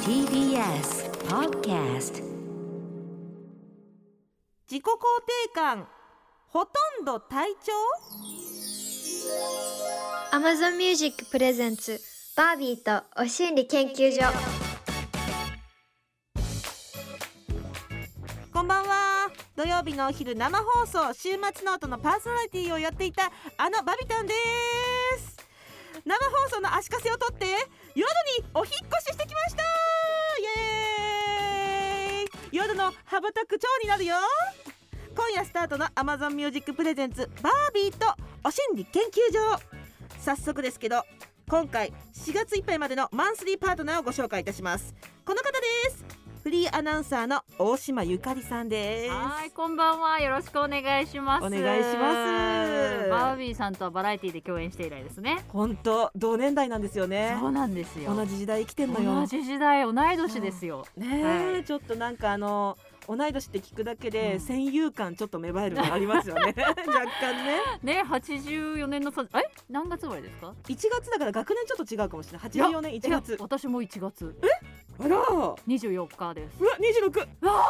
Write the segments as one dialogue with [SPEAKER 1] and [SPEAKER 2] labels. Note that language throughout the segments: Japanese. [SPEAKER 1] TBS Podcast
[SPEAKER 2] 自己肯定感ほとんど体調
[SPEAKER 3] Amazon Music プレゼンツバービーとお心理研究所
[SPEAKER 2] こんばんは土曜日のお昼生放送週末ノートのパーソナリティをやっていたあのバビタンです生放送の足かせを取って夜にお引っ越ししてきましたイエーイ夜の羽ばたく蝶になるよ今夜スタートの Amazon Music プレゼンツバービーとお心理研究所早速ですけど今回4月いっぱいまでのマンスリーパートナーをご紹介いたしますこの方ですフリーアナウンサーの大島ゆかりさんです
[SPEAKER 4] はい、こんばんは。よろしくお願いします。
[SPEAKER 2] お願いします
[SPEAKER 4] バービーさんとはバラエティで共演して以来ですね。
[SPEAKER 2] 本当同年代なんですよね
[SPEAKER 4] そうなんですよ。
[SPEAKER 2] 同じ時代生きてんのよ
[SPEAKER 4] 同じ時代、同い年ですよ。
[SPEAKER 2] ねえ、ちょっとなんかあの同い年って聞くだけで、
[SPEAKER 4] うん
[SPEAKER 2] 戦友感ちょっと芽生えるのありますよ ね若干ね
[SPEAKER 4] ね、84年のさ、え、何月生まれですか？
[SPEAKER 2] 1月だから学年ちょっと違うかもしれない84年1
[SPEAKER 4] い
[SPEAKER 2] 月
[SPEAKER 4] や私も1月
[SPEAKER 2] あらうわ
[SPEAKER 4] 24日です。
[SPEAKER 2] 26
[SPEAKER 4] うわ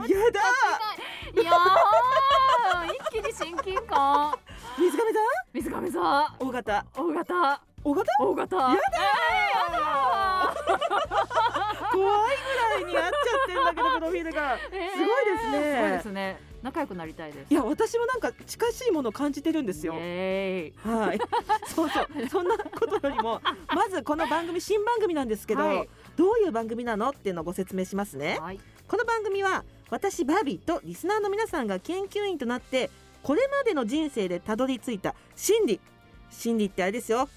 [SPEAKER 2] やだ
[SPEAKER 4] ーいやー、一気に親近感。
[SPEAKER 2] 水亀さ
[SPEAKER 4] 水上さん、
[SPEAKER 2] ん大型
[SPEAKER 4] 大型、
[SPEAKER 2] 大型
[SPEAKER 4] 大型。やだ
[SPEAKER 2] 怖いぐらいに合っちゃってんだけどプロフィールが
[SPEAKER 4] ー、え
[SPEAKER 2] す
[SPEAKER 4] ー
[SPEAKER 2] ごいですね
[SPEAKER 4] すごいですね。仲良くなりたいです。
[SPEAKER 2] いや私もなんか近しいものを感じてるんですよ
[SPEAKER 4] イエーイ
[SPEAKER 2] はい、そう そう、そんなことよりも、まずこの番組新番組なんですけど、
[SPEAKER 4] はい
[SPEAKER 2] どういう番組なのっていうのをご説明しますね。
[SPEAKER 4] はい。
[SPEAKER 2] この番組は私バービーとリスナーの皆さんが研究員となって、これまでの人生でたどり着いた真理。真理ってあれですよ。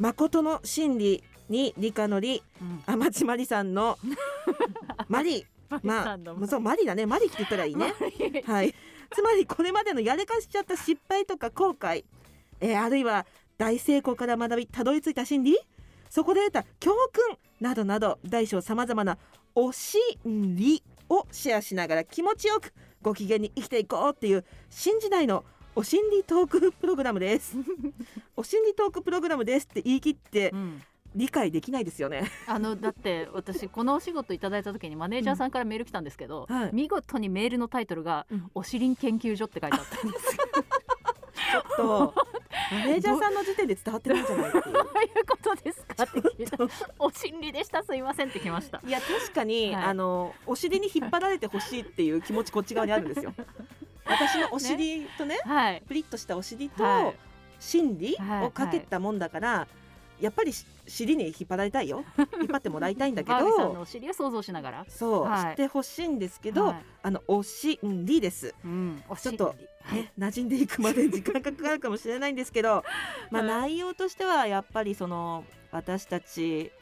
[SPEAKER 2] 誠の真理に理科の理、
[SPEAKER 4] うん
[SPEAKER 2] 天地まりさんのマリ、まあ、そうマリだね、マリって言ったらいいね。はい、つまりこれまでのやれかしちゃった失敗とか後悔、えーあるいは大成功から学びたどり着いた心理そこで得た教訓などなど大小さまざまな「お心理」をシェアしながら気持ちよくご機嫌に生きていこうっていう新時代のお心理トークプログラムです。お心理トークプログラムですって言い切って
[SPEAKER 4] うん
[SPEAKER 2] 理解できないですよね。
[SPEAKER 4] あのだって私このお仕事いただいた時にマネージャーさんからメール来たんですけど、
[SPEAKER 2] はい
[SPEAKER 4] 見事にメールのタイトルが
[SPEAKER 2] うん
[SPEAKER 4] 「おしりん研究所」って書いてあったんですよ。
[SPEAKER 2] とマネージャーさんの時点で伝わってないんじゃないっていう。
[SPEAKER 4] どういうことですか って聞いた「お心理でしたすいません」って来ました。
[SPEAKER 2] いや確かに、
[SPEAKER 4] はい
[SPEAKER 2] あのお尻に引っ張られてほしいっていう気持ちこっち側にあるんです よ。私のお尻とね
[SPEAKER 4] はい、
[SPEAKER 2] プリッとしたお尻と
[SPEAKER 4] はい
[SPEAKER 2] 心理
[SPEAKER 4] はい
[SPEAKER 2] をかけたもんだから、やっぱりし尻に引っ張られたいよ引っ張ってもらいたいんだけ
[SPEAKER 4] バービーさんの
[SPEAKER 2] ど
[SPEAKER 4] お尻を想像しながら。
[SPEAKER 2] そう、
[SPEAKER 4] はい
[SPEAKER 2] 知ってほしいんですけど、
[SPEAKER 4] はい
[SPEAKER 2] あのお心理です。
[SPEAKER 4] うん、おしり
[SPEAKER 2] ちょっとね、馴染んでいくまで時間がかかるかもしれないんですけど、まあ、
[SPEAKER 4] はい
[SPEAKER 2] 内容としてはやっぱりその私たち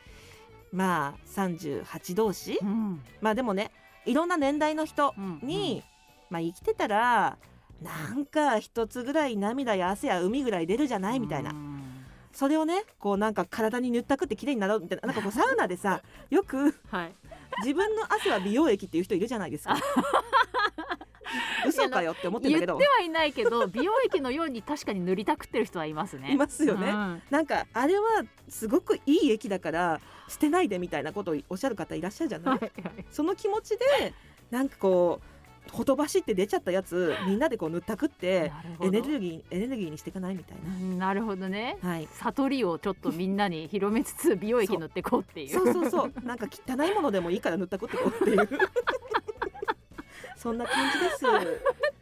[SPEAKER 2] まあ38同士、
[SPEAKER 4] うん
[SPEAKER 2] まあでもねいろんな年代の人
[SPEAKER 4] うん
[SPEAKER 2] に、まあ、生きてたらなんか一つぐらい涙や汗や海ぐらい出るじゃないみたいな、
[SPEAKER 4] うん
[SPEAKER 2] それをねこうなんか体に塗ったくって綺麗になろうみたいななんかこうサウナでさよく
[SPEAKER 4] はい、
[SPEAKER 2] 自分の汗は美容液っていう人いるじゃないですか。嘘かよって思ってん
[SPEAKER 4] 言
[SPEAKER 2] だ
[SPEAKER 4] って
[SPEAKER 2] けど
[SPEAKER 4] はいないけど美容液のように確かに塗りたくってる人はいますね。
[SPEAKER 2] いますよね
[SPEAKER 4] うん
[SPEAKER 2] なんかあれはすごくいい液だから捨てないでみたいなことをおっしゃる方いらっしゃるじゃない
[SPEAKER 4] はいはい
[SPEAKER 2] その気持ちでなんかこうほとばしって出ちゃったやつみんなでこう塗ったくって
[SPEAKER 4] なるほ
[SPEAKER 2] エ
[SPEAKER 4] ど
[SPEAKER 2] ネルギーエネルギーにしていかないみたいな。
[SPEAKER 4] うんなるほどね。
[SPEAKER 2] はい。
[SPEAKER 4] 悟りをちょっとみんなに広めつつ美容液塗ってこうっていう
[SPEAKER 2] そうそうそう。 なんか汚いものでもいいから塗ったことこうって いう。そんな感じです。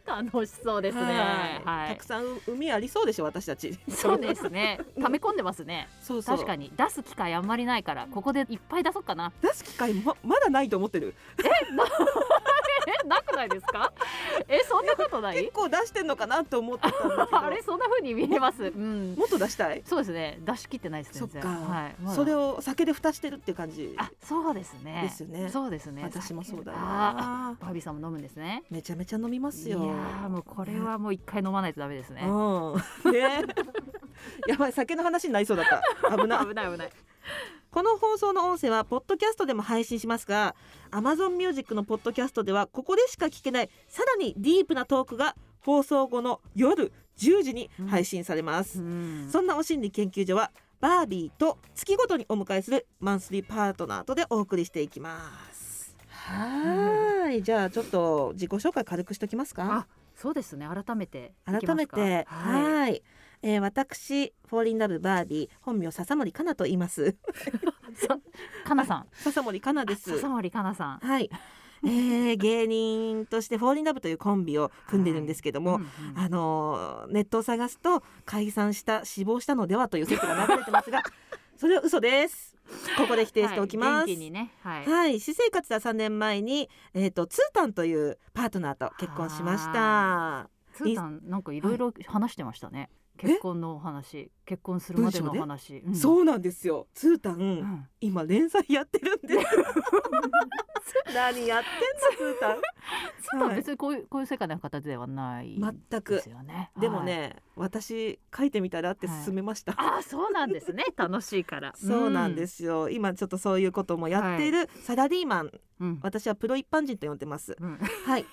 [SPEAKER 4] 楽しそうですね
[SPEAKER 2] はい
[SPEAKER 4] は
[SPEAKER 2] た
[SPEAKER 4] い
[SPEAKER 2] くさん海ありそうでしょ私た ち。
[SPEAKER 4] そうですね溜め込んでますね
[SPEAKER 2] そうそう。
[SPEAKER 4] 確かに出す機会あんまりないからここでいっぱい出そうかな
[SPEAKER 2] 出す機会ままだないと思ってる。
[SPEAKER 4] えなくないですかえそんなことな
[SPEAKER 2] 結
[SPEAKER 4] い
[SPEAKER 2] 構出してんのかなと思ってたんだけど。
[SPEAKER 4] あれそんな風に見えますうん
[SPEAKER 2] もっと出したい。
[SPEAKER 4] そうですね出し切ってないです
[SPEAKER 2] そっ
[SPEAKER 4] 全然
[SPEAKER 2] か。
[SPEAKER 4] はいまだ
[SPEAKER 2] それを酒で蓋してるっていう感じ。
[SPEAKER 4] あそうですね
[SPEAKER 2] ですよね
[SPEAKER 4] そうですね
[SPEAKER 2] 私もそうだ
[SPEAKER 4] あ
[SPEAKER 2] な。
[SPEAKER 4] バービーさんも飲むんですね
[SPEAKER 2] めちゃめちゃ飲みます
[SPEAKER 4] いや
[SPEAKER 2] よ。
[SPEAKER 4] ーもうこれはもう一回飲まないとダメですね
[SPEAKER 2] うん。 ね。やばい酒の話になりそうだった。危な。
[SPEAKER 4] 危ない危ない
[SPEAKER 2] この放送の音声はポッドキャストでも配信しますが Amazon Music のポッドキャストではここでしか聞けないさらにディープなトークが放送後の夜10時に配信されます、
[SPEAKER 4] うん
[SPEAKER 2] そんなお心理研究所はバービーと月ごとにお迎えするマンスリーパートナーとでお送りしていきますはーいじゃあちょっと自己紹介軽くしときますか
[SPEAKER 4] あそうですね改めてい
[SPEAKER 2] 改
[SPEAKER 4] きます
[SPEAKER 2] め
[SPEAKER 4] か
[SPEAKER 2] てはい
[SPEAKER 4] はい
[SPEAKER 2] えー私フォーリンラブバービー本名笹森かなと言います
[SPEAKER 4] さかなさん
[SPEAKER 2] 笹森かなで
[SPEAKER 4] 笹
[SPEAKER 2] す
[SPEAKER 4] 森かなさん
[SPEAKER 2] はい、えー、芸人としてフォーリンラブというコンビを組んでるんですけども、
[SPEAKER 4] んん
[SPEAKER 2] あのーネットを探すと解散した死亡したのではという説が流れて ますがそれは嘘ですここで否定しておきます、は
[SPEAKER 4] はい
[SPEAKER 2] い、
[SPEAKER 4] 元気にねはい
[SPEAKER 2] 私生活では3年前にえっ、とツータンというパートナーと結婚しました
[SPEAKER 4] つーたんなんかいろいろ話してましたね結婚のお話結婚するまでの
[SPEAKER 2] 文章で
[SPEAKER 4] 話うん
[SPEAKER 2] そうなんですよツータン、
[SPEAKER 4] うん
[SPEAKER 2] 今連載やってるんです 何やってんのツータン
[SPEAKER 4] つーたん別にこういうこういう世界の方ではない
[SPEAKER 2] 全
[SPEAKER 4] で
[SPEAKER 2] く
[SPEAKER 4] すよね
[SPEAKER 2] でも
[SPEAKER 4] はい
[SPEAKER 2] ね、私書いてみたらって勧めました、
[SPEAKER 4] あーそうなんで すね楽しいから、
[SPEAKER 2] そうなんですすよ、今ちょっとそういうこともやってるサラリーマン、
[SPEAKER 4] うん
[SPEAKER 2] 私はプロ一般人と呼んでます
[SPEAKER 4] うん
[SPEAKER 2] はい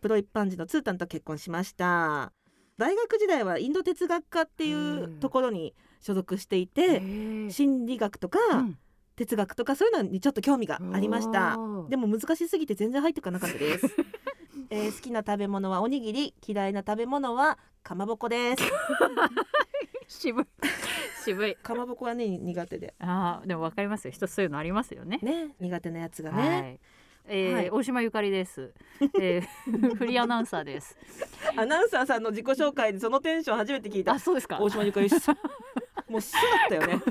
[SPEAKER 2] プロ一般人のツータンと結婚しました大学時代はインド哲学科っていう
[SPEAKER 4] へえ
[SPEAKER 2] ところに所属してい
[SPEAKER 4] へ
[SPEAKER 2] て、
[SPEAKER 4] ー
[SPEAKER 2] 心理学とか、哲学とかそういうのにちょっと興味が
[SPEAKER 4] うん
[SPEAKER 2] ありました
[SPEAKER 4] おー
[SPEAKER 2] でも難しすぎて全然入っていかなかった です、えー好きな食べ物はおにぎり嫌いな食べ物はかまぼこです
[SPEAKER 4] 渋い渋い
[SPEAKER 2] かまぼこはね苦手で
[SPEAKER 4] あーでもわかりますよ人そういうのありますよね
[SPEAKER 2] ね苦手なやつがね、
[SPEAKER 4] はいえー
[SPEAKER 2] はい
[SPEAKER 4] 大島ゆかりです、えー、フリーアナウンサーです
[SPEAKER 2] アナウンサーさんの自己紹介でそのテンション初めて聞いた
[SPEAKER 4] あそうですか
[SPEAKER 2] 大島ゆかりです もうすぐだったよね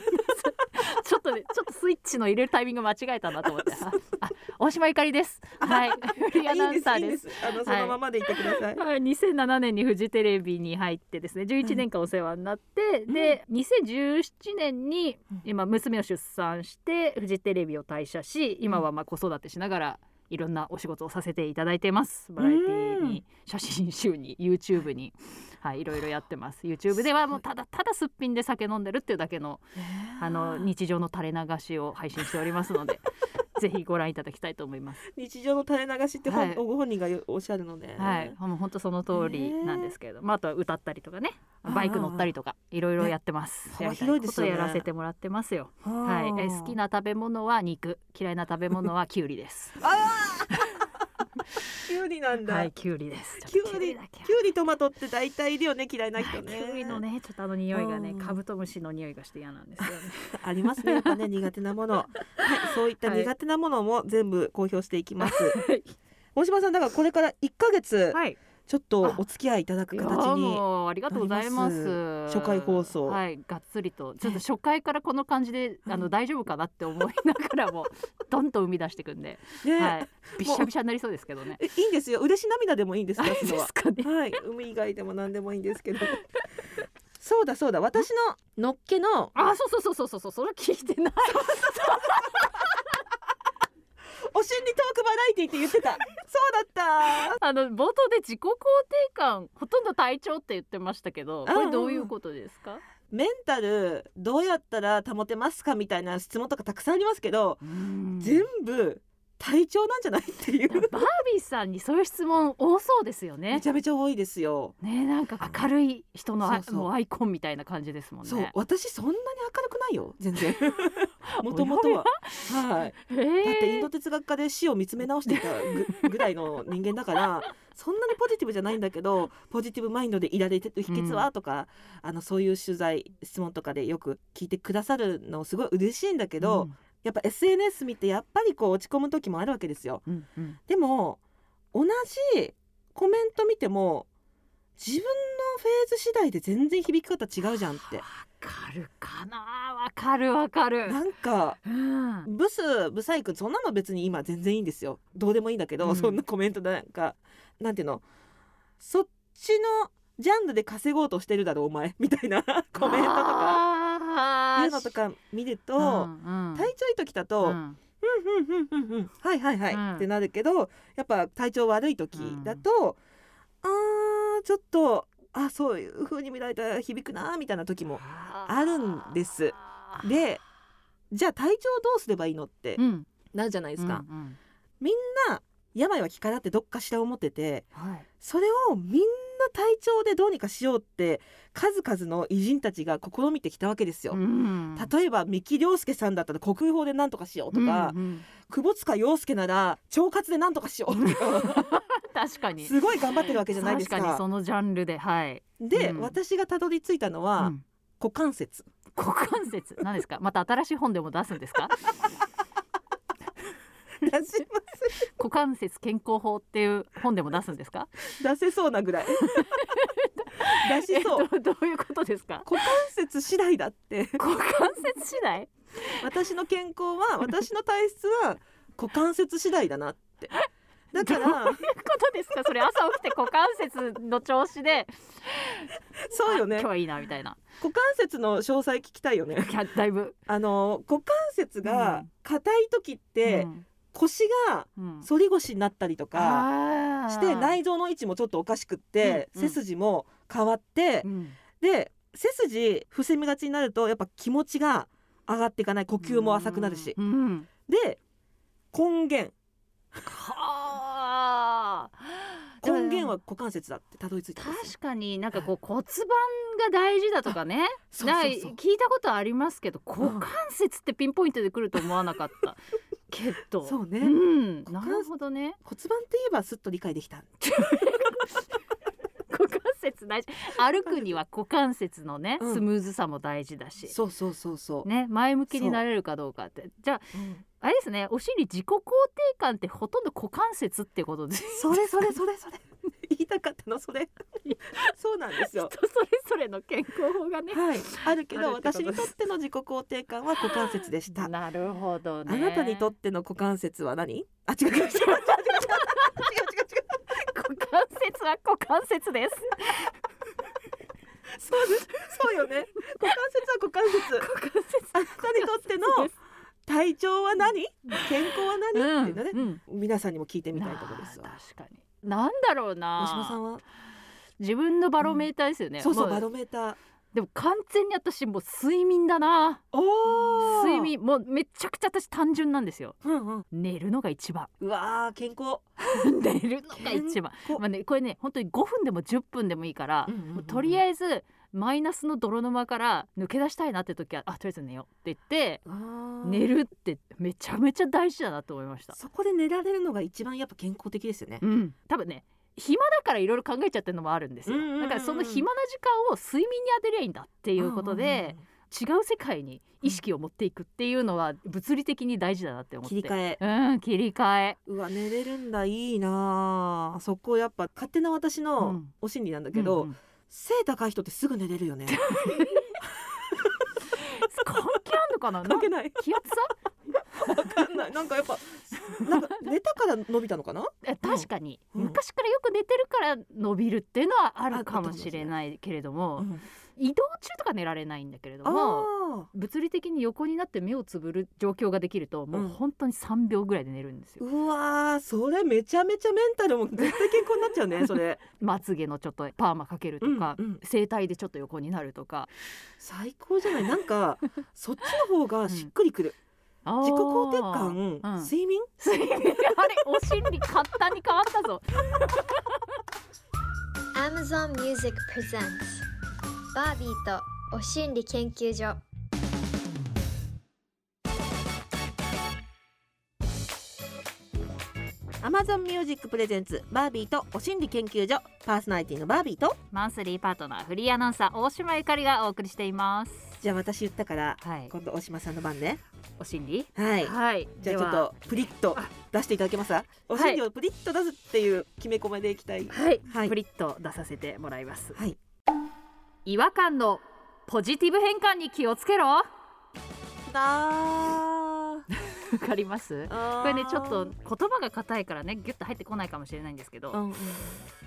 [SPEAKER 4] ちょっとね、ちょっとスイッチの入れるタイミング間違えたなと思って。あ、あ大島ゆかりです。はい、フリーアナウンサー
[SPEAKER 2] いいん
[SPEAKER 4] で
[SPEAKER 2] です
[SPEAKER 4] す。
[SPEAKER 2] いいんですあのそのままでいてくだ さい、
[SPEAKER 4] はい、2007年にフジテレビに入ってですね11年間お世話になって、
[SPEAKER 2] うん
[SPEAKER 4] で2017年に
[SPEAKER 2] うん
[SPEAKER 4] 今娘を出産してフジテレビを退社し今はまあ子育てしながらいろんなお仕事をさせていただいてますバラエティに写真集に YouTube に、はい、いろいろやってます YouTube ではもうただただすっぴんで酒飲んでるっていうだけのあの日常の垂れ流しを配信しております のでぜひご覧いただきたいと思います。
[SPEAKER 2] 日常の垂れ流しって本、
[SPEAKER 4] はい
[SPEAKER 2] ご本人がおっしゃるので、
[SPEAKER 4] はい、もう本当その通りなんですけれど、まああとは歌ったりとかね、
[SPEAKER 2] あー
[SPEAKER 4] バイク乗ったりとかいろいろやってます。
[SPEAKER 2] ね
[SPEAKER 4] やりた
[SPEAKER 2] 幅広いですよね
[SPEAKER 4] ことやらせてもらってますよ。
[SPEAKER 2] あー
[SPEAKER 4] はい、え好きな食べ物は肉、嫌いな食べ物はきゅう りです。
[SPEAKER 2] きゅうりなんだ、
[SPEAKER 4] はい、きゅうりです。
[SPEAKER 2] き
[SPEAKER 4] ち
[SPEAKER 2] ゅ
[SPEAKER 4] ょっと
[SPEAKER 2] うり
[SPEAKER 4] だけは
[SPEAKER 2] きゅうりトマトって大体いるよね嫌いな
[SPEAKER 4] は
[SPEAKER 2] 人
[SPEAKER 4] いき
[SPEAKER 2] ね、
[SPEAKER 4] ゅうりのねちょっとあの匂いがね
[SPEAKER 2] うん
[SPEAKER 4] カブトムシの匂いがして嫌なんですよね
[SPEAKER 2] ありますねやっぱね苦手なものはいそういった苦手なものも全部公表していきます、
[SPEAKER 4] い
[SPEAKER 2] 大島さんだからこれから一ヶ 月
[SPEAKER 4] はい
[SPEAKER 2] ちょっとお付き合いいただく
[SPEAKER 4] いや
[SPEAKER 2] 形に
[SPEAKER 4] もうありがとうございま
[SPEAKER 2] な
[SPEAKER 4] す
[SPEAKER 2] 初回放送
[SPEAKER 4] はいがっつ りとちょっと初回からこの感じで、あの大丈夫かなって思いなが らもどんどん生み出していくんで、
[SPEAKER 2] ね、
[SPEAKER 4] はいびっしゃびしゃになりそうですけどね
[SPEAKER 2] えいいんですよ嬉し涙でもいいんです
[SPEAKER 4] あ
[SPEAKER 2] よ
[SPEAKER 4] れ
[SPEAKER 2] それ
[SPEAKER 4] で
[SPEAKER 2] は
[SPEAKER 4] すかね
[SPEAKER 2] はい海以外でも何でもいいんですけどそうだそうだ私ののっけの
[SPEAKER 4] あそうそうそうそうそうそれ聞いてない
[SPEAKER 2] お心理トークバラエティって言ってたそうだっ
[SPEAKER 4] あの冒頭で自己肯定感ほとんど体調って言ってましたけどこれどういうことですか、
[SPEAKER 2] たメンタルどうやったら保てますかみたいな質問とかたくさんありますけど、
[SPEAKER 4] うん
[SPEAKER 2] 全部体調なんじゃないっていう
[SPEAKER 4] だからバービーさんにそういう質問多そうですよね
[SPEAKER 2] めちゃめちゃ多いですよ、
[SPEAKER 4] ねなんか明るい人のあ
[SPEAKER 2] そうそう
[SPEAKER 4] もうアイコンみたいな感じですもんね
[SPEAKER 2] そう私そんなに明るくないよ全 然もともとははい
[SPEAKER 4] え
[SPEAKER 2] だってインド哲学科で死を見つめ直していた ぐぐらいの人間だからそんなにポジティブじゃないんだけどポジティブマインドでいられてる秘訣は、とかあのそういう取材質問とかでよく聞いてくださるのすごい嬉しいんだけど、やっぱ SNS 見てやっぱりこう落ち込む時もあるわけですよ。
[SPEAKER 4] うんうん
[SPEAKER 2] でも同じコメント見ても自分のフェーズ次第で全然響き方違うじゃんって
[SPEAKER 4] わかるかなわかるわかる
[SPEAKER 2] なんか
[SPEAKER 4] うん
[SPEAKER 2] ブスブサイクそんなの別に今全然いいんですよどうでもいいんだけど、
[SPEAKER 4] うん
[SPEAKER 2] そんなコメントなんかなんていうのそっちのジャンルで稼ごうとしてるだろお前みたいな コメントとか
[SPEAKER 4] か
[SPEAKER 2] いうのとか見ると、
[SPEAKER 4] うんうん
[SPEAKER 2] 体調いい時だと、
[SPEAKER 4] うん
[SPEAKER 2] うんうんうんうんうん はいはいはい、
[SPEAKER 4] うん
[SPEAKER 2] ってなるけどやっぱ体調悪い時だと、あーちょっとあそういう風に見られたら響くなーみたいな時もあるんですでじゃあ体調どうすればいいのって
[SPEAKER 4] うん
[SPEAKER 2] なるじゃないですか。
[SPEAKER 4] うんうん
[SPEAKER 2] 病は気からってどっかしら思ってて
[SPEAKER 4] はい
[SPEAKER 2] それをみん体調でどうにかしようって数々の偉人たちが試みてきたわけですよ。
[SPEAKER 4] うん
[SPEAKER 2] 例えば三木亮介さんだったら国宝で何とかしようとか、
[SPEAKER 4] うんうん
[SPEAKER 2] 窪塚洋介なら腸活で何とかしよう とか
[SPEAKER 4] 確かに
[SPEAKER 2] すごい頑張ってるわけじゃないですか。
[SPEAKER 4] 確かにそのジャンルではい、
[SPEAKER 2] で、
[SPEAKER 4] うん
[SPEAKER 2] 私がたどり着いたの
[SPEAKER 4] う
[SPEAKER 2] は、
[SPEAKER 4] ん
[SPEAKER 2] 股関 節
[SPEAKER 4] 股関節何ですかま た新しい本でも出すんで すか
[SPEAKER 2] 出し
[SPEAKER 4] 股関節健康法っていう本でも出すんですか
[SPEAKER 2] 出せそうなぐらい出しそう
[SPEAKER 4] えっとどういうことですか
[SPEAKER 2] 股関節次第だって
[SPEAKER 4] 股関節次第
[SPEAKER 2] 私の健康は 私の体質は股関節次第だなってだか
[SPEAKER 4] どうい
[SPEAKER 2] ら
[SPEAKER 4] う ことですかそれ朝起きて股関節の調 子で
[SPEAKER 2] そうよ
[SPEAKER 4] あ
[SPEAKER 2] ね
[SPEAKER 4] 今日はいいなみたいな
[SPEAKER 2] 股関節の詳細聞きたいよね
[SPEAKER 4] いやだいぶ
[SPEAKER 2] あの股関節
[SPEAKER 4] う
[SPEAKER 2] が
[SPEAKER 4] ん
[SPEAKER 2] 硬い時って、
[SPEAKER 4] うん
[SPEAKER 2] 腰が
[SPEAKER 4] うん
[SPEAKER 2] 反り腰になったりとか
[SPEAKER 4] あー
[SPEAKER 2] して内臓の位置もちょっとおかしくって、
[SPEAKER 4] うんうん
[SPEAKER 2] 背筋も変わって、
[SPEAKER 4] うん
[SPEAKER 2] で背筋伏せみがちになるとやっぱ気持ちが上がっていかない呼吸も浅くなるし、
[SPEAKER 4] うんうん
[SPEAKER 2] で根源
[SPEAKER 4] はあ
[SPEAKER 2] 根源は股関節だってたどり着いたんですよ
[SPEAKER 4] 確かになんかこう骨盤が大事だとかね
[SPEAKER 2] そうそう
[SPEAKER 4] な
[SPEAKER 2] そ
[SPEAKER 4] いう聞いたことありますけど
[SPEAKER 2] ん
[SPEAKER 4] 股関節ってピンポイントでくると思わなかった けど
[SPEAKER 2] そうね
[SPEAKER 4] ん、
[SPEAKER 2] 股関
[SPEAKER 4] なるほどね
[SPEAKER 2] 骨盤って言えばすっと理解できた
[SPEAKER 4] 股関節大事歩くには股関節のね、
[SPEAKER 2] うん
[SPEAKER 4] スムーズさも大事だし
[SPEAKER 2] そうそうそうそう、
[SPEAKER 4] ね前向きになれるかどうかってじゃあ
[SPEAKER 2] うん
[SPEAKER 4] あれですねお尻自己肯定感ってほとんど股関節ってことです
[SPEAKER 2] それそれそれそ れ言いたかったのそれそうなんです
[SPEAKER 4] 人
[SPEAKER 2] よ
[SPEAKER 4] それぞれの健康法がね
[SPEAKER 2] はいあるけど
[SPEAKER 4] あるってこと
[SPEAKER 2] 私にとっての自己肯定感は股関節でした、
[SPEAKER 4] なるほどね
[SPEAKER 2] あなたにと
[SPEAKER 4] っ
[SPEAKER 2] ってての股関節は何あ違う違う違う 違う違う違う違う違う
[SPEAKER 4] 股関節は股関節です
[SPEAKER 2] そうですそうよね股関節は 股関 節
[SPEAKER 4] 股関節
[SPEAKER 2] あなたにとっての体調は何健康は何、っていうのね、
[SPEAKER 4] うん
[SPEAKER 2] 皆さんにも聞いてみたい
[SPEAKER 4] な
[SPEAKER 2] ところですわ
[SPEAKER 4] あ確かになんだろうな
[SPEAKER 2] 大島さんは
[SPEAKER 4] 自分のバロメーターですよね、
[SPEAKER 2] そうそう
[SPEAKER 4] も
[SPEAKER 2] バロメーター
[SPEAKER 4] でも完全に私もう睡眠だな
[SPEAKER 2] おー
[SPEAKER 4] 睡眠もうめちゃくちゃ私単純なんですよ
[SPEAKER 2] うんうん
[SPEAKER 4] 寝るのが 一番
[SPEAKER 2] うわー健康
[SPEAKER 4] 寝るのが一番
[SPEAKER 2] 健康
[SPEAKER 4] まあねこれね本当に5分でも10分でもいいから、
[SPEAKER 2] うんうんうんうん
[SPEAKER 4] もうとりあえずマイナスの泥沼から抜け出したいなって時はあとりあえず寝ようって言って
[SPEAKER 2] あー
[SPEAKER 4] 寝るってめちゃめちゃ大事だなと思いました
[SPEAKER 2] そこで寝られるのが一番やっぱ健康的ですよね
[SPEAKER 4] うん、多分ね暇だからいろいろ考えちゃってるのもあるんですよ、
[SPEAKER 2] うんうんうんうん
[SPEAKER 4] だからその暇な時間を睡眠に当てりゃいいんだっていうことで、違う世界に意識を持っていくっていうのは物理的に大事だなって思って
[SPEAKER 2] 切り替え
[SPEAKER 4] えうん切り替え
[SPEAKER 2] うわ寝れるんだいいなあそこやっぱ勝手な私
[SPEAKER 4] う
[SPEAKER 2] の
[SPEAKER 4] ん
[SPEAKER 2] お心理なんだけど、
[SPEAKER 4] うんうん
[SPEAKER 2] 背高い人ってすぐ寝れる よね
[SPEAKER 4] 関係あんのか な
[SPEAKER 2] 関係
[SPEAKER 4] な
[SPEAKER 2] ない
[SPEAKER 4] 気圧さ
[SPEAKER 2] わかん ないなんかやっぱなんか寝たから伸びたのかな
[SPEAKER 4] え確かに、
[SPEAKER 2] うん
[SPEAKER 4] 昔からよく寝てるから伸びるっていうのはあるかもしれないけれども、
[SPEAKER 2] うん
[SPEAKER 4] 移動中とか寝られないんだけれど
[SPEAKER 2] あー
[SPEAKER 4] も物理的に横になって目をつぶる状況ができるともう本当に3秒ぐらいで寝るんですよ、
[SPEAKER 2] うわーそれめちゃめちゃメンタルも絶対健康になっちゃう ねそれ
[SPEAKER 4] まつげのちょっとパーマかけるとか、
[SPEAKER 2] うんうん
[SPEAKER 4] 整体でちょっと横になるとか
[SPEAKER 2] 最高じゃないなんかそっちの方がしっくりくる、自己肯定感、
[SPEAKER 4] うん
[SPEAKER 2] 睡眠
[SPEAKER 4] 睡眠あれお心理簡単に変わったぞ
[SPEAKER 3] Amazon Music Presents バービーとお心理研究所
[SPEAKER 2] アマゾンミュージックプレゼンツバービーとお心理研究所パーソナリティのバービーと
[SPEAKER 4] マンスリーパートナーフリーアナウンサー大島ゆかりがお送りしています
[SPEAKER 2] じゃあ私言ったから
[SPEAKER 4] はい
[SPEAKER 2] 今度大島さんの番ね
[SPEAKER 4] お心理
[SPEAKER 2] はい
[SPEAKER 4] はい
[SPEAKER 2] じゃあち
[SPEAKER 4] で
[SPEAKER 2] ょ
[SPEAKER 4] は
[SPEAKER 2] っとプリッと出していただけますかお心理をプリッと出すっていう決め込めでいきたい
[SPEAKER 4] はい、
[SPEAKER 2] はい
[SPEAKER 4] プリッと出させてもらいます
[SPEAKER 2] はい
[SPEAKER 4] 違和感のポジティブ変換に気をつけろわ
[SPEAKER 2] あー
[SPEAKER 4] かります
[SPEAKER 2] あ
[SPEAKER 4] これねちょっと言葉が硬いからねギュッと入ってこないかもしれないんですけど、
[SPEAKER 2] ー、うんうん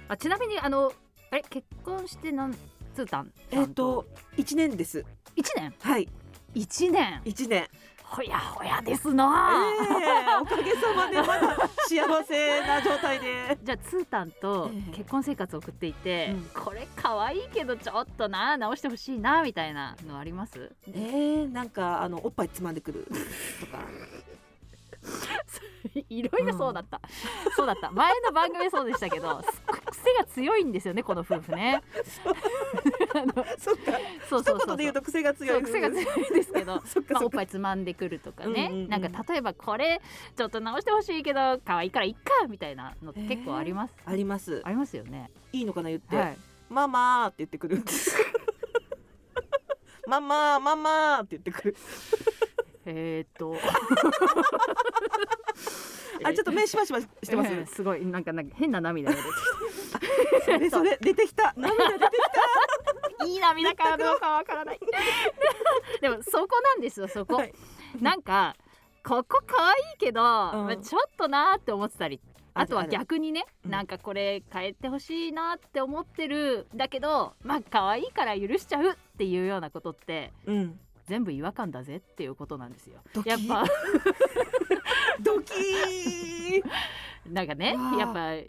[SPEAKER 4] あちなみにあのあれ結婚して何つーたん
[SPEAKER 2] えっ、と一年です
[SPEAKER 4] 1年
[SPEAKER 2] はい
[SPEAKER 4] 1年
[SPEAKER 2] 一年
[SPEAKER 4] ほやほやですな、
[SPEAKER 2] ええおかげさまでまだ幸せな状態 で。
[SPEAKER 4] じゃあつーたんと
[SPEAKER 2] ええ
[SPEAKER 4] 結婚生活を送っていて、
[SPEAKER 2] うん
[SPEAKER 4] これ可愛いけどちょっとな直してほしいなみたいなのあります
[SPEAKER 2] ええなんかあのおっぱいつまんでくるとか。
[SPEAKER 4] いろいろそうだった、そうだった前の番組そうでしたけどす癖が強いんですよねこの夫婦ねあの
[SPEAKER 2] そっか
[SPEAKER 4] そうそう
[SPEAKER 2] 一
[SPEAKER 4] そ
[SPEAKER 2] 言で
[SPEAKER 4] う
[SPEAKER 2] 言うと癖が
[SPEAKER 4] そ
[SPEAKER 2] 強
[SPEAKER 4] う
[SPEAKER 2] い
[SPEAKER 4] 癖が強いんですけど
[SPEAKER 2] そっか
[SPEAKER 4] まあ、
[SPEAKER 2] そ
[SPEAKER 4] お
[SPEAKER 2] っ
[SPEAKER 4] っぱ
[SPEAKER 2] か
[SPEAKER 4] いつまんでくるとかね、
[SPEAKER 2] うんうんうん
[SPEAKER 4] なんか例えばこれちょっと直してほしいけど可愛いからいっかみたいなのって結構あります、
[SPEAKER 2] あります
[SPEAKER 4] ありますよね
[SPEAKER 2] いいのかな言って、
[SPEAKER 4] はい
[SPEAKER 2] ママーって言ってく るママーママーって言ってくる
[SPEAKER 4] えー、っと
[SPEAKER 2] あち ょっと目しばしばしてます、
[SPEAKER 4] えーすごいなんかなんか変な涙が出てき
[SPEAKER 2] そ
[SPEAKER 4] た
[SPEAKER 2] れそれ出てきた涙出てき
[SPEAKER 4] いい涙かどうかわからない でもそこなんですよそこ、
[SPEAKER 2] はい
[SPEAKER 4] なんかここ可愛いけど、まあちょっとなーって思ってたり
[SPEAKER 2] ある
[SPEAKER 4] あとは逆にね
[SPEAKER 2] うん
[SPEAKER 4] なんかこれ変えてほしいなって思ってるだけどまあ可愛いから許しちゃうっていうようなことって
[SPEAKER 2] た うん
[SPEAKER 4] 全部違和感だぜっていうことなんですよ
[SPEAKER 2] ドキ
[SPEAKER 4] やっぱ
[SPEAKER 2] ドキー
[SPEAKER 4] なんかね
[SPEAKER 2] わあ
[SPEAKER 4] やっぱ恋愛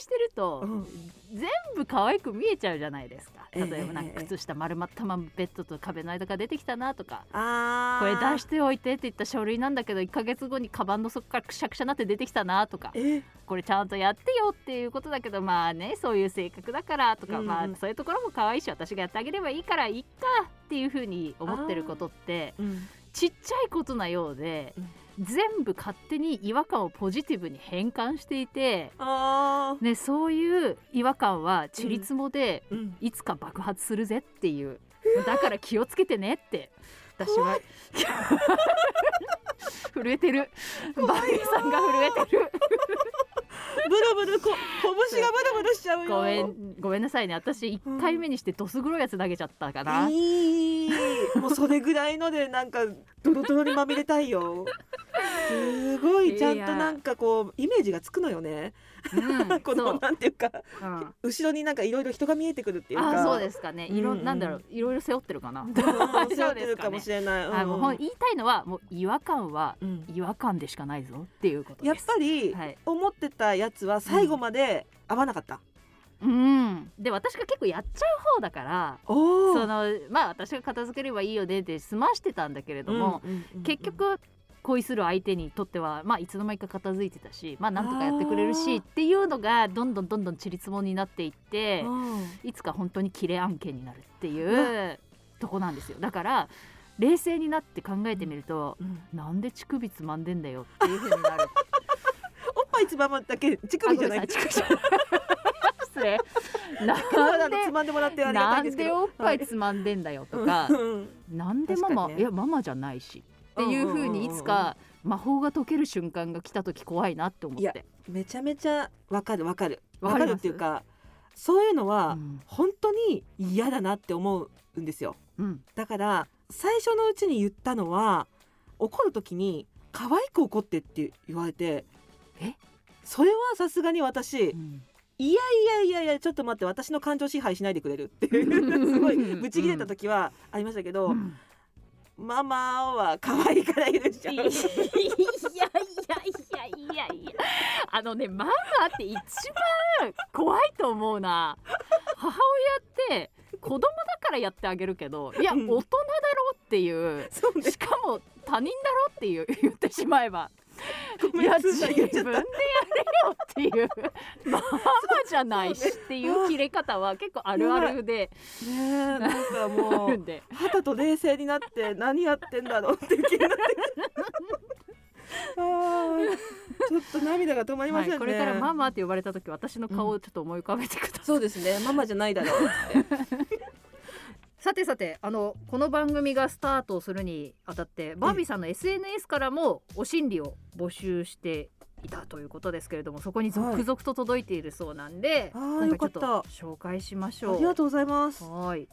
[SPEAKER 4] してると、
[SPEAKER 2] うん
[SPEAKER 4] 全部可愛く見えちゃうじゃないですか
[SPEAKER 2] ええ
[SPEAKER 4] 例えばなんか
[SPEAKER 2] ええ
[SPEAKER 4] 靴下丸まったままベッドと壁の間から出てきたなとか
[SPEAKER 2] あ
[SPEAKER 4] これ出してておいてって言った書類なんだけど1ヶ月後にカバンの底からくしゃくしゃなって出てきたなとか
[SPEAKER 2] え
[SPEAKER 4] これちゃんとやってよっていうことだけどまあねそういう性格だからとか、
[SPEAKER 2] うんうん
[SPEAKER 4] まあそういうところも可愛いし私がやってあげればいいからいっかっていうふうに思ってることって
[SPEAKER 2] うん
[SPEAKER 4] ちっちゃいことなようで、全部勝手に違和感をポジティブに変換していて、
[SPEAKER 2] あー
[SPEAKER 4] ね、そういう違和感はちりつもで、
[SPEAKER 2] うん
[SPEAKER 4] いつか爆発するぜっていうだから気をつけてねって私は 震えてるバイさんが震えてる
[SPEAKER 2] ブルブルこ拳がブルブルしちゃうよ
[SPEAKER 4] ごめんごめんなさいね私一回目にしてドス黒いやつ投げちゃったかな、
[SPEAKER 2] いいもうそれぐらいのでなんかドロドロにまみれたいよすごいちゃんとなんかこうイメージがつくのよね
[SPEAKER 4] う ん
[SPEAKER 2] こ
[SPEAKER 4] そう
[SPEAKER 2] のなんていうか
[SPEAKER 4] うん
[SPEAKER 2] 後ろになんかいろいろ人が見えてくるっていうか
[SPEAKER 4] あそうですかねいろ、
[SPEAKER 2] うんうん
[SPEAKER 4] なんだろういろいろ背負ってる かな、
[SPEAKER 2] うん
[SPEAKER 4] そうですかね
[SPEAKER 2] 背負ってるかもしれない、うん
[SPEAKER 4] あもうほん言いたいのはもう違和感は
[SPEAKER 2] うん
[SPEAKER 4] 違和感でしかないぞっていうこと
[SPEAKER 2] やっ
[SPEAKER 4] です
[SPEAKER 2] ぱり、
[SPEAKER 4] はい
[SPEAKER 2] 思ってたやつは最後まで合わなかった、
[SPEAKER 4] うんで私が結構やっちゃう方だから
[SPEAKER 2] お
[SPEAKER 4] そのまあ私が片付ければいいよねって済ましてたんだけれども、結局恋する相手にとっては、まあ、いつの間にか片付いてたしまあなんとかやってくれる
[SPEAKER 2] あ
[SPEAKER 4] し
[SPEAKER 2] ー
[SPEAKER 4] っていうのがどんどんどんどんちりつもになっていって
[SPEAKER 2] うん
[SPEAKER 4] いつか本当にキレ案件になるっていうとこなんですよだから冷静になって考えてみると、
[SPEAKER 2] うん
[SPEAKER 4] なんで乳首つまんでんだよっていうふうに なる
[SPEAKER 2] おっぱいつまむだけ乳首じゃな
[SPEAKER 4] あ
[SPEAKER 2] い
[SPEAKER 4] ごめんさ乳首じゃない失礼
[SPEAKER 2] な
[SPEAKER 4] なんん
[SPEAKER 2] でつ
[SPEAKER 4] で
[SPEAKER 2] まんでもらってありがた
[SPEAKER 4] ない
[SPEAKER 2] で
[SPEAKER 4] ん
[SPEAKER 2] すけ
[SPEAKER 4] で
[SPEAKER 2] ど
[SPEAKER 4] おっぱい
[SPEAKER 2] はい
[SPEAKER 4] つまんでんだよとか
[SPEAKER 2] うん
[SPEAKER 4] なんでマ
[SPEAKER 2] 確
[SPEAKER 4] マ、
[SPEAKER 2] かにね
[SPEAKER 4] いやママじゃないしっていう風にいつか魔法が解ける瞬間が来た時怖いなって思っ
[SPEAKER 2] いや
[SPEAKER 4] て。
[SPEAKER 2] めちゃめちゃわかるわかる
[SPEAKER 4] わ
[SPEAKER 2] わ
[SPEAKER 4] か
[SPEAKER 2] か
[SPEAKER 4] ります
[SPEAKER 2] るっていうかそういうの
[SPEAKER 4] う
[SPEAKER 2] は
[SPEAKER 4] ん
[SPEAKER 2] 本当に嫌だなって思うんですよ
[SPEAKER 4] うん
[SPEAKER 2] だから最初のうちに言ったのは怒る時に可愛く怒ってって言われて
[SPEAKER 4] え
[SPEAKER 2] それはさすがに私
[SPEAKER 4] うん
[SPEAKER 2] いやいやいやいやちょっと待って私の感情支配しないでくれるっていう すごいブチ切れた時はありましたけど、
[SPEAKER 4] うん
[SPEAKER 2] ママは可愛いから許しちゃ
[SPEAKER 4] いうやいやいやいやいやあのねママって一番怖いと思うな母親って子供だからやってあげるけどいや大
[SPEAKER 2] うん
[SPEAKER 4] 人だろっていう
[SPEAKER 2] そうね
[SPEAKER 4] しかも他人だろっていう言ってしまえば
[SPEAKER 2] ご
[SPEAKER 4] い
[SPEAKER 2] めん
[SPEAKER 4] や
[SPEAKER 2] な
[SPEAKER 4] 自
[SPEAKER 2] さ
[SPEAKER 4] 分
[SPEAKER 2] い
[SPEAKER 4] で
[SPEAKER 2] 言っ
[SPEAKER 4] や
[SPEAKER 2] ちゃった
[SPEAKER 4] れよっていうママじゃないしっていう切れ方は結構あるあるで
[SPEAKER 2] ねえなんか
[SPEAKER 4] あ
[SPEAKER 2] も
[SPEAKER 4] る
[SPEAKER 2] うん
[SPEAKER 4] で
[SPEAKER 2] 肌と冷静になって何やってんだろうっていう気になってくるあーちょっと涙が止まりま
[SPEAKER 4] は
[SPEAKER 2] せんね、
[SPEAKER 4] い、これからママって呼ばれた時私の顔をちょっと思い浮かべてください、
[SPEAKER 2] そうですねママじゃないだろう
[SPEAKER 4] さてさてあのこの番組がスタートするにあたってバービーさんの SNS からもお心理を募集していたということですけれどもそこに続々と届いているそうなんで、
[SPEAKER 2] あー
[SPEAKER 4] 今回ちょっと
[SPEAKER 2] よかっ
[SPEAKER 4] 紹介しましょ う。
[SPEAKER 2] ありがとうございます
[SPEAKER 4] はい。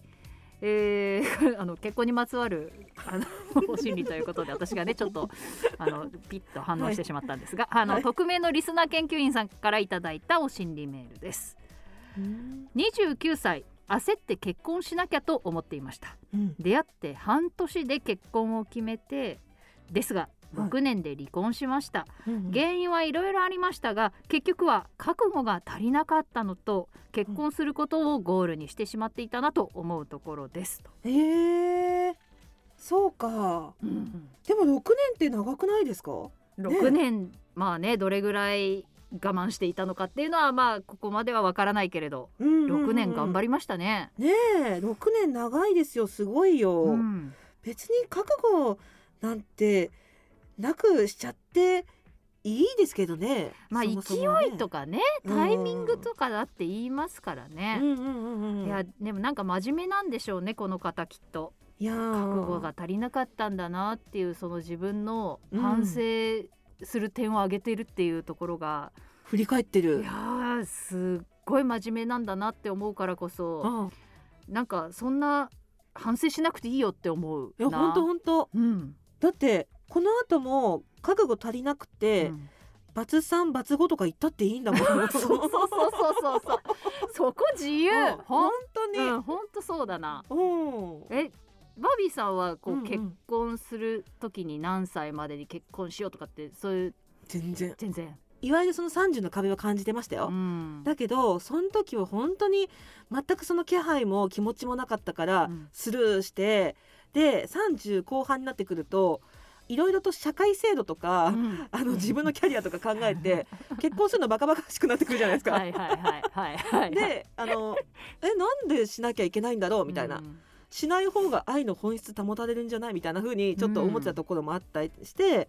[SPEAKER 4] えー、 あの結婚にまつわる あのお心理ということで私がねちょっとあのピッと反応してしまったんですが、あの、
[SPEAKER 2] はい
[SPEAKER 4] 匿名のリスナー研究員さんからいただいたお心理メールです
[SPEAKER 2] うん
[SPEAKER 4] 29歳焦って結婚しなきゃと思っていました
[SPEAKER 2] うん
[SPEAKER 4] 出会って半年で結婚を決めてですが
[SPEAKER 2] はい
[SPEAKER 4] 6年で離婚しました、
[SPEAKER 2] うん
[SPEAKER 4] 原因はいろいろありましたが結局は覚悟が足りなかったのと結婚することをゴールにしてしまっていたなと思うところですと、
[SPEAKER 2] えー、そうかでも6年って長くないですか
[SPEAKER 4] 6年まあねどれぐらい我慢していたのかっていうのはまあここまではわからないけれど6年頑張
[SPEAKER 2] り
[SPEAKER 4] りましたね。
[SPEAKER 2] ねえ6年長いですよすごいよ、
[SPEAKER 4] うん
[SPEAKER 2] 別に覚悟なんてなくしちゃっていいですけどね
[SPEAKER 4] まあ
[SPEAKER 2] そ
[SPEAKER 4] 勢
[SPEAKER 2] もそもね
[SPEAKER 4] いとかね
[SPEAKER 2] うん
[SPEAKER 4] タイミングとかだって言いますから
[SPEAKER 2] う
[SPEAKER 4] ね。
[SPEAKER 2] んうんうんうん
[SPEAKER 4] いやでもなんか真面目なんでしょうねこの方きっと
[SPEAKER 2] いやー
[SPEAKER 4] 覚悟が足りなかったんだなっていうその自分の反省する点を挙げてるっていうところが、
[SPEAKER 2] 振り返って
[SPEAKER 4] い
[SPEAKER 2] る
[SPEAKER 4] やーすっごい真面目なんだなって思うからこそ
[SPEAKER 2] あ
[SPEAKER 4] なんかそんな反省しなくていいよって思う
[SPEAKER 2] いや
[SPEAKER 4] な
[SPEAKER 2] 本当本当
[SPEAKER 4] うん、
[SPEAKER 2] だってこの後も覚悟足りなくて、
[SPEAKER 4] うん
[SPEAKER 2] バツ三バツ五とか言ったっていいんだもん
[SPEAKER 4] そうそうそうそうそうそうそこ自由
[SPEAKER 2] うん
[SPEAKER 4] ほ
[SPEAKER 2] 本
[SPEAKER 4] ん
[SPEAKER 2] 当に、
[SPEAKER 4] うんほんとそうだな
[SPEAKER 2] うん
[SPEAKER 4] えバービーさんはこう、
[SPEAKER 2] うんうん
[SPEAKER 4] 結婚する時に何歳までに結婚しようとかってそういう
[SPEAKER 2] 全然
[SPEAKER 4] 全然
[SPEAKER 2] いわゆるその30の壁は感じてましたよ、
[SPEAKER 4] うん
[SPEAKER 2] だけどその時は本当に全くその気配も気持ちもなかったから
[SPEAKER 4] うん
[SPEAKER 2] スルーして、で30後半になってくるといろいろと社会制度とか、
[SPEAKER 4] うん
[SPEAKER 2] あの自分のキャリアとか考え て結婚するのバカバカしくなってくるじゃないですか。
[SPEAKER 4] はいはいはいはいはい
[SPEAKER 2] であのえなんでしなきゃいけないんだろうみたいな、
[SPEAKER 4] うん
[SPEAKER 2] しない方が愛の本質保たれるんじゃないみたいな風にちょっと思ってたところもあったりして、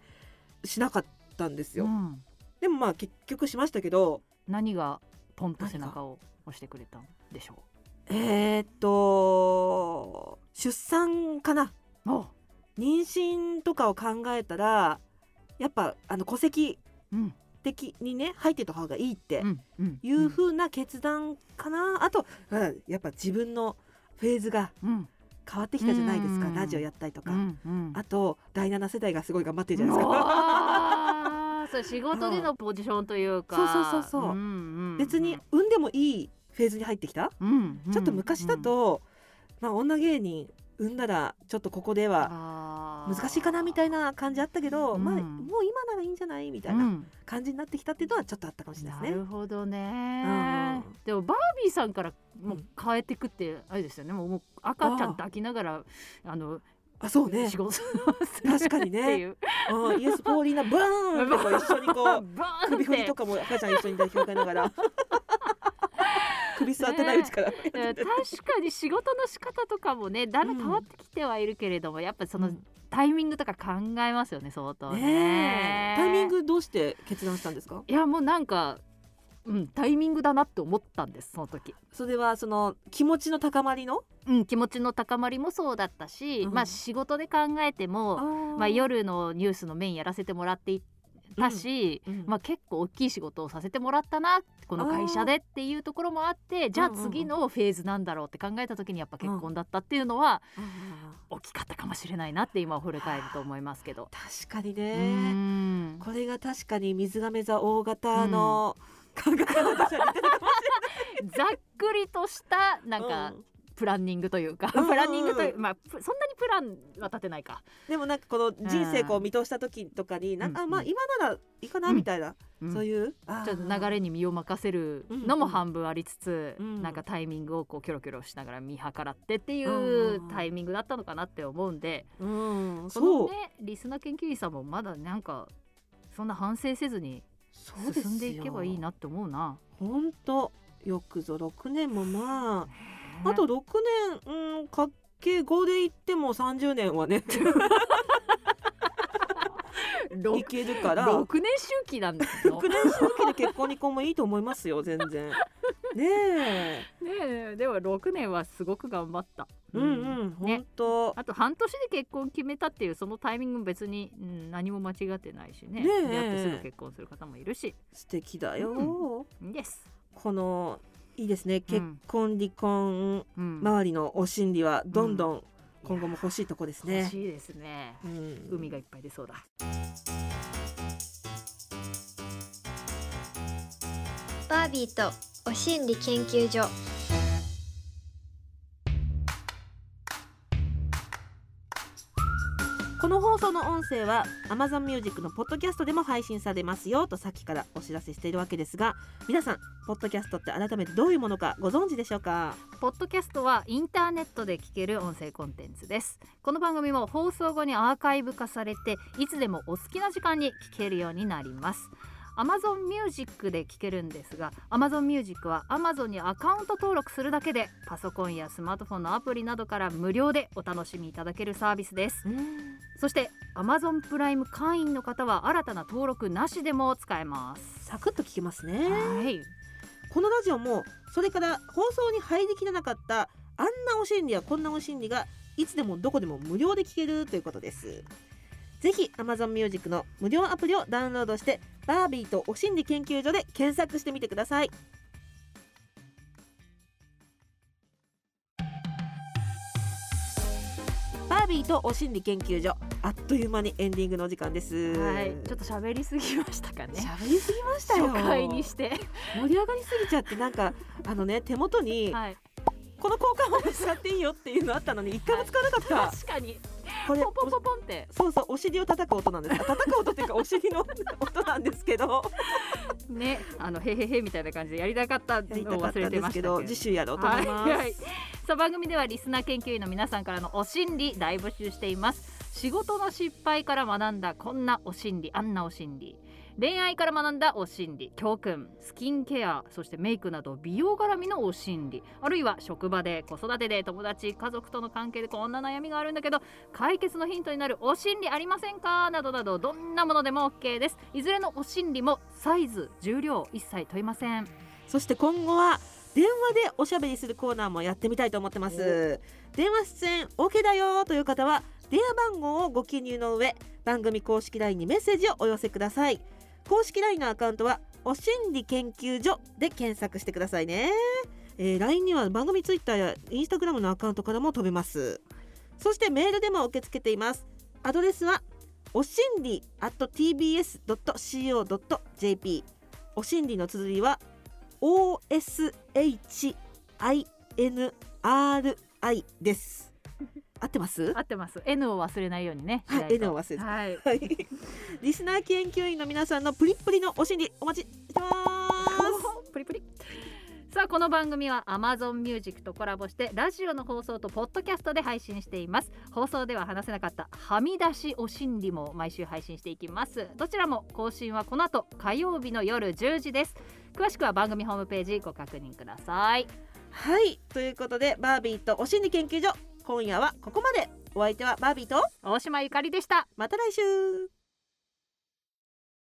[SPEAKER 2] しなかったんですよ、
[SPEAKER 4] うん
[SPEAKER 2] でもまあ結局しましたけど
[SPEAKER 4] 何がポンと背中を押してくれたんでしょ
[SPEAKER 2] えー、っと出産かな
[SPEAKER 4] う。お、
[SPEAKER 2] 妊娠とかを考えたらやっぱあの戸籍
[SPEAKER 4] うん、
[SPEAKER 2] 的にね入ってた方がいいって
[SPEAKER 4] うん、うん、
[SPEAKER 2] いう風な決断かな、あとうんやっぱ自分のフェーズが
[SPEAKER 4] うん、
[SPEAKER 2] 変わってきたじゃないですか
[SPEAKER 4] うん
[SPEAKER 2] ラジオやったりと
[SPEAKER 4] う
[SPEAKER 2] か、
[SPEAKER 4] ん、うん、
[SPEAKER 2] あと第7世代がすごい頑張ってるじゃないですか。
[SPEAKER 4] ああ、そう仕事でのポジションというか、
[SPEAKER 2] そうそうそうそう別に、産んでもいいフェーズに入ってきた、
[SPEAKER 4] うん
[SPEAKER 2] ちょっと昔だ、と、まあ、女芸人産んだらちょっとここでは難
[SPEAKER 4] 難
[SPEAKER 2] しいかなみたいな感じあったけど、
[SPEAKER 4] うん
[SPEAKER 2] まあもう今ならいいんじゃないみたいな感じになってきたっていうのはちょっとあったかもしれない
[SPEAKER 4] な
[SPEAKER 2] ですね。
[SPEAKER 4] るほど
[SPEAKER 2] うん
[SPEAKER 4] ね。でもバービーさんからもう変えてくってあれですよね。もうもう赤ちゃん抱きながらあの
[SPEAKER 2] あそうね
[SPEAKER 4] 仕事する
[SPEAKER 2] 確かにね
[SPEAKER 4] っていう。
[SPEAKER 2] うんイエスポーリーナブーンとか一緒にこう
[SPEAKER 4] バーンって
[SPEAKER 2] 首振りとかも赤ちゃん一緒に抱きかかえながら首座ってないうちから、
[SPEAKER 4] えー確かに仕事の仕方とかもねだいぶ変わってきてはいるけれども、やっぱその
[SPEAKER 2] うん
[SPEAKER 4] タイミングとか考えますよね相当ね
[SPEAKER 2] ねえタイミングどうして決断したんですか
[SPEAKER 4] いやもうなんかうんタイミングだなって思ったんですその時
[SPEAKER 2] それはその気持ちの高まりの
[SPEAKER 4] うん気持ちの高まりもそうだったし、
[SPEAKER 2] うん
[SPEAKER 4] まあ仕事で考えてもま
[SPEAKER 2] ま
[SPEAKER 4] あ、夜のニュースのメインやらせてもらっていたし、
[SPEAKER 2] うん
[SPEAKER 4] まあ、結構大きい仕事をさせてもらったなこの会社でっていうところもあってじゃあ
[SPEAKER 2] うんうんうん
[SPEAKER 4] 次のフェーズなんだろうって考えた時にやっぱ結婚だったっていうのは大きかったかもしれないなって今振り返ると思いますけど。
[SPEAKER 2] 確かに
[SPEAKER 4] う
[SPEAKER 2] ね
[SPEAKER 4] ん
[SPEAKER 2] これが確かに水亀座大型の考 え方としては似てるかも
[SPEAKER 4] ざっくりとしたなんか
[SPEAKER 2] うん
[SPEAKER 4] プランニングというか、
[SPEAKER 2] うんうんうん
[SPEAKER 4] プランニングというまあプそんなにプランは立てないか、
[SPEAKER 2] でもなんかこの人生こう見通した時とかになんか
[SPEAKER 4] う
[SPEAKER 2] あ
[SPEAKER 4] ん
[SPEAKER 2] まあ今ならいいかなみたいな
[SPEAKER 4] うん
[SPEAKER 2] そういうあー
[SPEAKER 4] ちょっと流れに身を任せるのも半分ありつつ、
[SPEAKER 2] うんうん
[SPEAKER 4] なんかタイミングをこうキョロキョロしながら見計らってってい
[SPEAKER 2] うんう
[SPEAKER 4] う
[SPEAKER 2] う
[SPEAKER 4] ん
[SPEAKER 2] ん
[SPEAKER 4] タイミングだったのかなって思うんで、
[SPEAKER 2] うん
[SPEAKER 4] この
[SPEAKER 2] そう
[SPEAKER 4] ねリスナー研究員さんもまだなんかそんな反省せずに
[SPEAKER 2] そうですよ
[SPEAKER 4] 進んでいけばいいなって思うな。
[SPEAKER 2] 本当よくぞ6年もま
[SPEAKER 4] ね
[SPEAKER 2] ああと6年うんかけ5で言っても30年 はね
[SPEAKER 4] ろ
[SPEAKER 2] いけるから6
[SPEAKER 4] 6年周期なんで すよ。
[SPEAKER 2] 年周期で結婚離婚もいいと思いますよ全然ねえ
[SPEAKER 4] ねえでも6年はすごく頑張った。
[SPEAKER 2] うんうん、
[SPEAKER 4] ね
[SPEAKER 2] 本当。
[SPEAKER 4] あと半年で結婚決めたっていうそのタイミングも別に、うん何も間違ってないしね
[SPEAKER 2] ねえ
[SPEAKER 4] 出会ってすぐ結婚する方もいるし
[SPEAKER 2] 素敵だよ。
[SPEAKER 4] ういいです。
[SPEAKER 2] このいいですね。結婚離婚
[SPEAKER 4] うん
[SPEAKER 2] 周りのお心理はどんどん今後も欲しいとこです
[SPEAKER 4] 欲
[SPEAKER 2] ね。
[SPEAKER 4] しいですね。
[SPEAKER 2] うん
[SPEAKER 4] 海がいっぱい出そうだ。
[SPEAKER 3] バービーとお心理研究所
[SPEAKER 2] この放送の音声は Amazon Music のポッドキャストでも配信されますよとさっきからお知らせしているわけですが皆さんポッドキャストって改めてどういうものかご存知でしょうか
[SPEAKER 4] ポッドキャストはインターネットで聞ける音声コンテンツですこの番組も放送後にアーカイブ化されていつでもお好きな時間に聞けるようになります Amazon Music で聴けるんですが Amazon Music は Amazon にアカウント登録するだけでパソコンやスマートフォンのアプリなどから無料でお楽しみいただけるサービスですそして Amazon プライム会員の方は新たな登録なしでも使えます
[SPEAKER 2] サクッと聞けますね
[SPEAKER 4] はい
[SPEAKER 2] このラジオもそれから放送に入りきらなかったあんなお心理やこんなお心理がいつでもどこでも無料で聞けるということですぜひ Amazon Music の無料アプリをダウンロードしてバービーとお心理研究所で検索してみてくださいバービーとお心理研究所あっという間にエンディングのお時間です
[SPEAKER 4] はいちょっと喋りすぎましたかね
[SPEAKER 2] 喋りすぎましたよ
[SPEAKER 4] 初回にして
[SPEAKER 2] 盛り上がりすぎちゃってなんかあのね手元に、
[SPEAKER 4] はい
[SPEAKER 2] この交換音使っていいよっていうのあったのに一回も使わなかった、
[SPEAKER 4] 確かに
[SPEAKER 2] これ
[SPEAKER 4] ポンポンポンポンって
[SPEAKER 2] そうそうお尻を叩く音なんですあ叩く音っていうかお尻の音なんですけ ど
[SPEAKER 4] ねあのへへへみたいな感じでやりたかった
[SPEAKER 2] やり
[SPEAKER 4] の
[SPEAKER 2] た
[SPEAKER 4] を
[SPEAKER 2] かっ
[SPEAKER 4] 忘
[SPEAKER 2] た
[SPEAKER 4] れ
[SPEAKER 2] ん
[SPEAKER 4] て
[SPEAKER 2] で
[SPEAKER 4] ますしたけ
[SPEAKER 2] け
[SPEAKER 4] ど
[SPEAKER 2] ど次週やろうと思います、
[SPEAKER 4] はいはい さあ番組ではリスナー研究員の皆さんからのお心理大募集しています仕事の失敗から学んだこんなお心理あんなお心理恋愛から学んだお心理教訓スキンケアそしてメイクなど美容絡みのお心理あるいは職場で子育てで友達家族との関係でこんな悩みがあるんだけど解決のヒントになるお心理ありませんかなどなどどんなものでも OK ですいずれのお心理もサイズ重量一切問いません
[SPEAKER 2] そして今後は電話でおしゃべりするコーナーもやってみたいと思ってます電話出演 OK だよという方は電話番号をご記入の上番組公式 LINE にメッセージをお寄せください公式 LINE のアカウントはお心理研究所で検索してくださいね、えー、LINE には番組 Twitter や Instagram のアカウントからも飛べますそしてメールでも受け付けていますアドレスはおしんり at tbs.co.jp おしんりの綴りは OSHINRI です。合ってます
[SPEAKER 4] 合ってます N を忘れないようにね
[SPEAKER 2] はい
[SPEAKER 4] しないと
[SPEAKER 2] N を忘れず
[SPEAKER 4] はい
[SPEAKER 2] はい。リスナー研究員の皆さんのプリップリのお心理お待ちしてます。
[SPEAKER 4] プリプリさあこの番組は Amazon Music とコラボしてラジオの放送とポッドキャストで配信しています放送では話せなかったはみ出しお心理も毎週配信していきますどちらも更新はこの後火曜日の夜10時です詳しくは番組ホームページご確認ください
[SPEAKER 2] はい。ということでバービーとお心理研究所今夜はここまで。お相手はバービーと
[SPEAKER 4] 大島ゆかりでした
[SPEAKER 2] また来週。